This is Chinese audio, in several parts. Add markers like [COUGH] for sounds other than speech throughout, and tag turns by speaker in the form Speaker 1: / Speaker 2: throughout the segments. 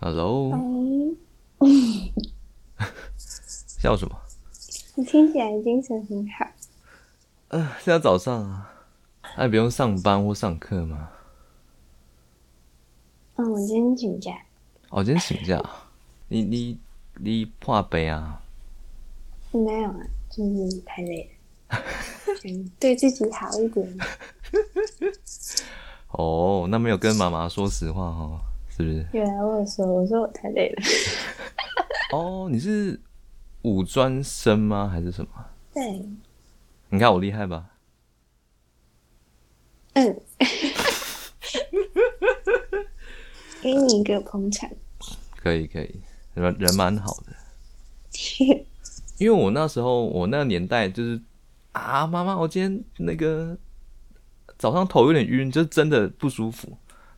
Speaker 1: Hello，
Speaker 2: 嗯，
Speaker 1: 笑什么？
Speaker 2: 你听起来精神很好。
Speaker 1: 呃，现在早上啊，那你不用上班或上课吗？
Speaker 2: 嗯，我今天请假。
Speaker 1: 哦，今天请假啊，你你你怕北啊？
Speaker 2: 没有啊，就是太累 [LAUGHS] 了，想对自己好一点。
Speaker 1: 哦，那没有跟妈妈说实话哦，是不是？
Speaker 2: 有啊，我有说，我说我太累了。
Speaker 1: 哦，你是五专生吗？还是什么？
Speaker 2: 对，
Speaker 1: 你看我厉害吧？
Speaker 2: 嗯， [LAUGHS] 给你一个捧场。
Speaker 1: 可以可以，人人蛮好的。
Speaker 2: [LAUGHS]
Speaker 1: 因为我那时候我那个年代就是啊，妈妈，我今天那个早上头有点晕，就是真的不舒服。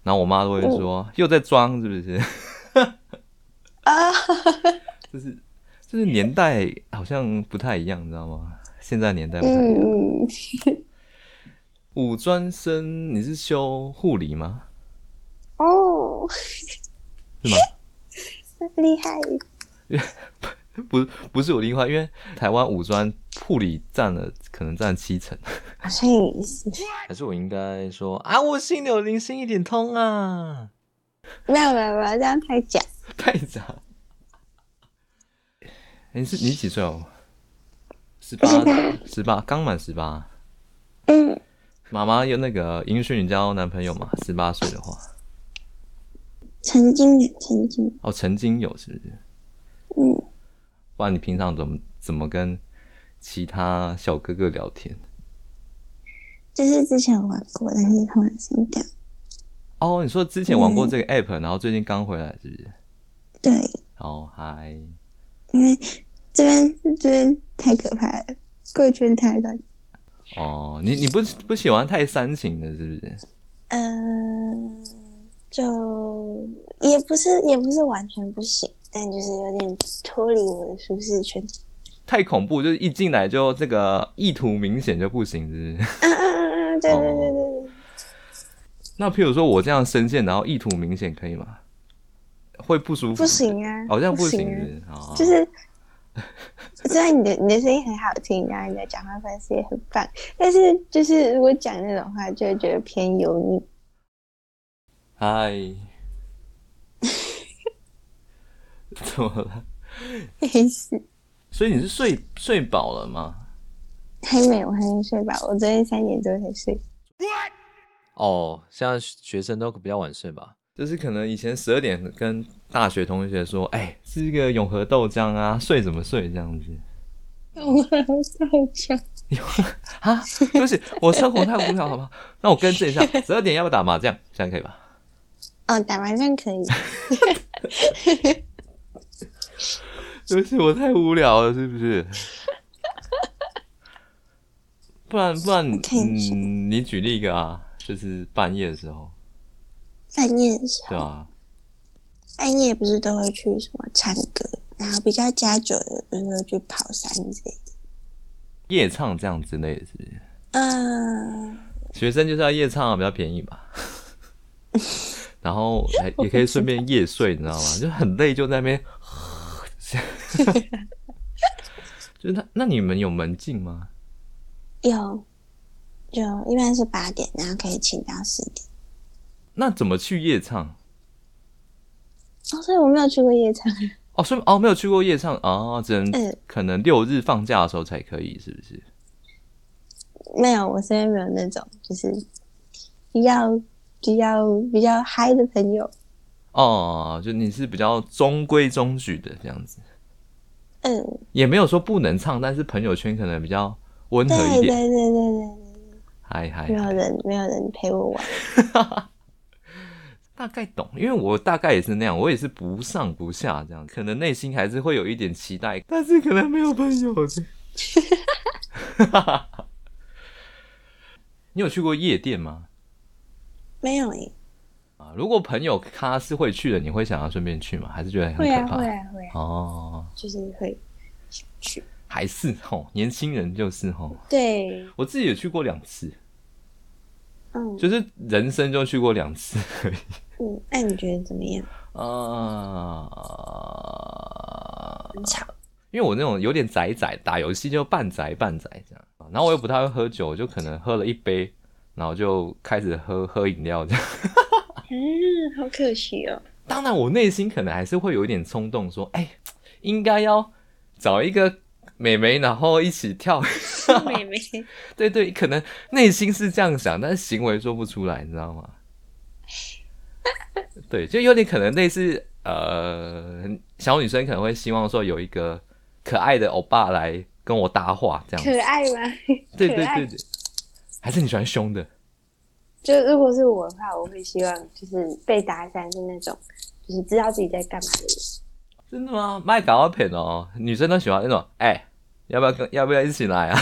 Speaker 1: 然后我妈都会
Speaker 2: 哦
Speaker 1: 说、又在装是不是？
Speaker 2: 啊，
Speaker 1: [LAUGHS] 就是就是年代好像不太一样，你知道吗？现在年代不太一样。
Speaker 2: 嗯嗯，
Speaker 1: 五专生你是修护理吗？ [LAUGHS]
Speaker 2: 哦，
Speaker 1: 是吗？
Speaker 2: [LAUGHS] 厉害。
Speaker 1: 不不是我的意外，因为台湾五专护理占了可能占七成，
Speaker 2: 所以是
Speaker 1: 还是我应该说啊，我心有灵犀一点通啊。
Speaker 2: 没有没有没有，这样太假。
Speaker 1: [LAUGHS] 太假。你是你几岁哦？十八，十八，刚满十八。
Speaker 2: 嗯，
Speaker 1: 妈妈有那个允许你交男朋友吗？十八岁的话，
Speaker 2: 曾经曾经，
Speaker 1: 哦，曾经有是不是？
Speaker 2: 嗯，
Speaker 1: 不然你平常怎么怎么跟其他小哥哥聊天？
Speaker 2: 就是之前玩过，但是突然删掉。
Speaker 1: 哦，你说之前玩过这个 app，、然后最近刚回来是不是？
Speaker 2: 对。
Speaker 1: 哦，嗨，
Speaker 2: 因为这边这边太可怕了，贵圈太乱。
Speaker 1: 哦，你你不不喜欢太煽情的，是不是？
Speaker 2: 嗯、呃就也不是也不是完全不行，但就是有点脱离我的舒适圈。
Speaker 1: 太恐怖，就是一进来就这个意图明显就不行，是不是？ [LAUGHS]
Speaker 2: 嗯嗯嗯嗯，对对对对对，
Speaker 1: 那譬如说我这样声线，然后意图明显，可以吗？会不舒服？
Speaker 2: 不，行啊，
Speaker 1: 好像
Speaker 2: 不
Speaker 1: 行
Speaker 2: 啊，
Speaker 1: 是不是。
Speaker 2: 就
Speaker 1: 哦
Speaker 2: 是。虽然你的你的声音很好听，然后你的讲话方式也很棒，但是就是如果讲那种话，就会觉得偏油腻。 [LAUGHS]
Speaker 1: 嗨，
Speaker 3: [LAUGHS]
Speaker 1: 怎么了？
Speaker 2: 没事，
Speaker 1: 所以你是睡睡饱了吗？
Speaker 2: 还没我还没睡饱，我昨天三点多才睡。
Speaker 3: 哦，现在学生都比较晚睡吧？
Speaker 1: 就是可能以前十二点跟大学同学说，哎、吃一个永和豆浆啊，睡怎么睡这样子
Speaker 2: [LAUGHS] 我还在讲。
Speaker 1: 啊？对不起，我生活太无聊，好吗？那我更正一下，十二点要不要打麻将？这样可以吧？
Speaker 2: 哦，打麻将可以。
Speaker 1: 对不起，我太无聊了，是不是？ [LAUGHS] 不然不然，
Speaker 2: 可以是
Speaker 1: 嗯，你举例一个啊，就是半夜的时候，
Speaker 2: 半夜的时
Speaker 1: 对
Speaker 2: 候，
Speaker 1: 吧、
Speaker 2: 半夜不是都会去什么唱歌，然后比较加酒的，不是会去跑山之类的。
Speaker 1: 夜唱这样之类的，是不是？
Speaker 2: 嗯、
Speaker 1: 学生就是要夜唱啊，比较便宜吧。然后还也可以顺便夜睡，你知道吗？就很累，就在那边， [LAUGHS] 就是那那你们有门禁吗？
Speaker 2: 有，就一般是八点，然后可以请到十点。
Speaker 1: 那怎么去夜唱？
Speaker 2: 哦，所以我没有去过夜 [LAUGHS] 场。
Speaker 1: 哦，所以哦没有去过夜唱哦，只能
Speaker 2: 嗯
Speaker 1: 可能六日放假的时候才可以，是不是？
Speaker 2: 没有，我身边没有那种就是比较比较比较嗨的朋友。
Speaker 1: 哦，就你是比较中规中矩的这样子，
Speaker 2: 嗯，
Speaker 1: 也没有说不能唱，但是朋友圈可能比较温
Speaker 2: 对
Speaker 1: 和一
Speaker 2: 对
Speaker 1: 点。
Speaker 2: 对对对，啊
Speaker 1: 嗨嗨
Speaker 2: 没有
Speaker 1: 嗨，
Speaker 2: 人没有人陪我玩。
Speaker 1: 大概懂，因为我大概也是那样，我也是不上不下这样，可能内心还是会有一点期
Speaker 2: [LAUGHS]
Speaker 1: 待，但是可能没有朋友的。你有去过夜店吗？
Speaker 2: 没有欸诶、
Speaker 1: 啊，如果朋友咖是会去的，你会想要顺便去吗？还是觉得很
Speaker 2: 会啊
Speaker 1: 可怕？
Speaker 2: 会啊会啊，
Speaker 1: 哦，
Speaker 2: 就是会想去。
Speaker 1: 还是吼，年轻人就是吼，
Speaker 2: 对，
Speaker 1: 我自己也去过两次。
Speaker 2: 嗯
Speaker 1: 就是人生就去过两次 [LAUGHS] 而已。
Speaker 2: 嗯，那你觉得怎么样？
Speaker 1: 啊，
Speaker 2: 很吵，
Speaker 1: 因为我那种有点宅宅，打游戏就半宅半宅这样，然后我又不太会喝酒，我就可能喝了一杯，然后就开始喝喝饮料这样。
Speaker 2: 嗯，好可惜 [LAUGHS] 哦。
Speaker 1: 当然，我内心可能还是会有一点冲动，说，哎、应该要找一个美眉，然后一起
Speaker 2: [LAUGHS]
Speaker 1: 跳。
Speaker 2: 妹妹，
Speaker 1: 对对，可能内心是这样想，但是行为做不出来，你知道吗？对，就有点可能类似呃，小女生可能会希望说有一个可爱的欧巴来跟我搭话，这样
Speaker 2: 可
Speaker 1: 子。
Speaker 2: 爱吗？ [LAUGHS]
Speaker 1: 对
Speaker 2: 可
Speaker 1: 对
Speaker 2: 爱
Speaker 1: 对对，还是你喜欢凶的？
Speaker 2: 就如果是我的话，我会希望就是被搭讪是那种，就是知道自己在干嘛的人。
Speaker 1: 真的吗？卖搞到骗哦，女生都喜欢那种，哎、要不要跟要不要一起来啊？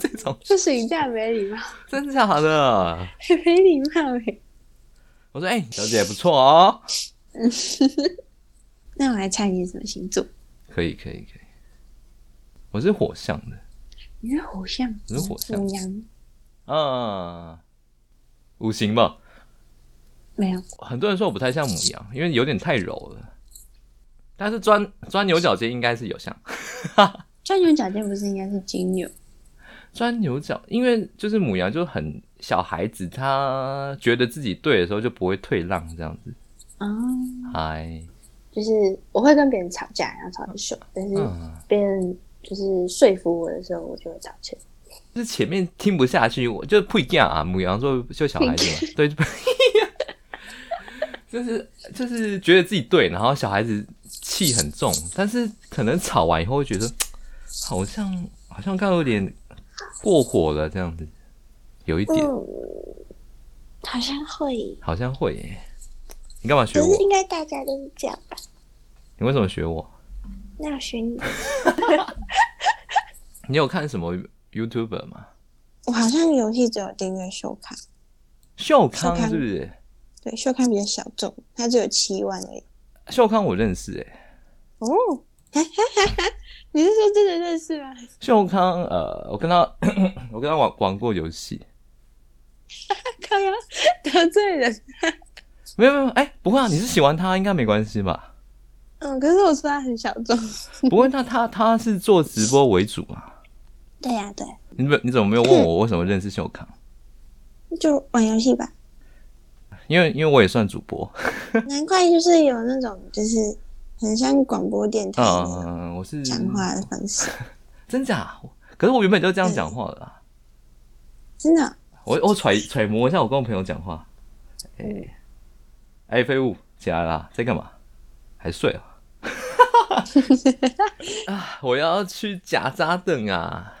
Speaker 1: 这种
Speaker 2: 这属于这样没礼貌， [LAUGHS]
Speaker 1: [LAUGHS] 真假的？
Speaker 2: 没礼貌哎。
Speaker 1: 我说，哎、小姐不错哦，
Speaker 2: 那我来猜你是什么星座？
Speaker 1: 可以可以可以，我是火象的。
Speaker 2: 你是火象，
Speaker 1: 我是火象
Speaker 2: 母羊
Speaker 1: 嗯，五行吧。
Speaker 2: 没有，
Speaker 1: 很多人说我不太像母羊，因为有点太柔了。但是钻钻牛角尖应该是有像
Speaker 2: 钻牛角尖不是应该是金牛？
Speaker 1: 钻牛角，因为就是母羊就很小孩子，他觉得自己对的时候就不会退让这样子。
Speaker 2: 啊、
Speaker 1: 嗨，
Speaker 2: 就是我会跟别人吵架，然后吵得凶，但是
Speaker 1: 嗯，
Speaker 2: 别人就是说服我的时候，我就会道歉。
Speaker 1: 就是前面听不下去，我就不一样啊。母羊座就小孩子嘛，对，就不一样。 [LAUGHS] 就是就是觉得自己对，然后小孩子气很重，但是可能吵完以后会觉得好像好像刚刚有点过火了这样子，有一点、
Speaker 2: 嗯，好像会，
Speaker 1: 好像会耶。你干嘛学
Speaker 2: 可是
Speaker 1: 我？
Speaker 2: 应该大家都是这样吧？
Speaker 1: 你为什么学我？
Speaker 2: 那我选你，
Speaker 1: 你有看什么 YouTuber 吗？
Speaker 2: 我好像游戏只有订阅秀康，
Speaker 1: 秀康
Speaker 2: 秀康
Speaker 1: 是不是？
Speaker 2: 对，秀康比较小众，它只有七万而已。
Speaker 1: 秀康我认识哎，
Speaker 2: 哦， [LAUGHS] 你是说真的认识吗？ [LAUGHS]
Speaker 1: 秀康呃，我跟他 [COUGHS] 我跟他玩玩过游戏，
Speaker 2: 靠呀，得罪人。
Speaker 1: 没有没有，哎、不会啊，你是喜欢他，应该没关系
Speaker 2: [LAUGHS]
Speaker 1: 吧？
Speaker 2: 嗯，可是我说他很小众。
Speaker 1: 不会，那他他是做直播为主嘛？
Speaker 2: 对呀、对、
Speaker 1: 你怎你怎么没有问
Speaker 2: 嗯
Speaker 1: 我为什么认识秀康？
Speaker 2: 就玩游 [LAUGHS] 戏吧。
Speaker 1: 因为因为我也算主播，
Speaker 2: 难怪就是有那种就是很像广播电台那种
Speaker 1: 嗯，我是
Speaker 2: 讲话的方式，
Speaker 1: 真假？可是我原本就这样讲话的
Speaker 2: 嗯
Speaker 1: 啦。
Speaker 2: 真的。
Speaker 1: 我我揣揣摩一下，我跟我朋友讲话。哎、
Speaker 2: 嗯
Speaker 1: 哎、废物，起来啦，在干嘛？还睡啊？
Speaker 2: [LAUGHS]
Speaker 1: 啊，我要去假扎等啊！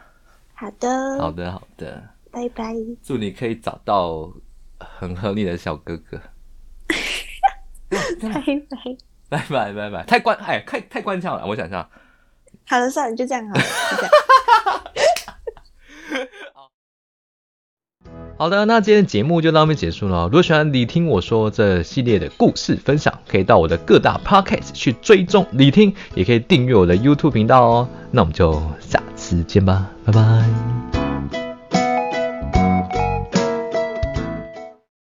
Speaker 2: 好的，
Speaker 1: 好的好的，
Speaker 2: 拜拜。
Speaker 1: 祝你可以找到很合你的小哥哥。
Speaker 2: [LAUGHS] 拜拜。
Speaker 1: 拜拜拜拜，太官哎，太太官腔了。我想一下，
Speaker 2: 好了，算了，就这样好了，就这样。
Speaker 1: 好的，那今天的节目就到这边结束了哦。如果喜欢你听我说这系列的故事分享，可以到我的各大 podcast 去追踪你听，也可以订阅我的 YouTube 频道哦。那我们就下次见吧，拜拜。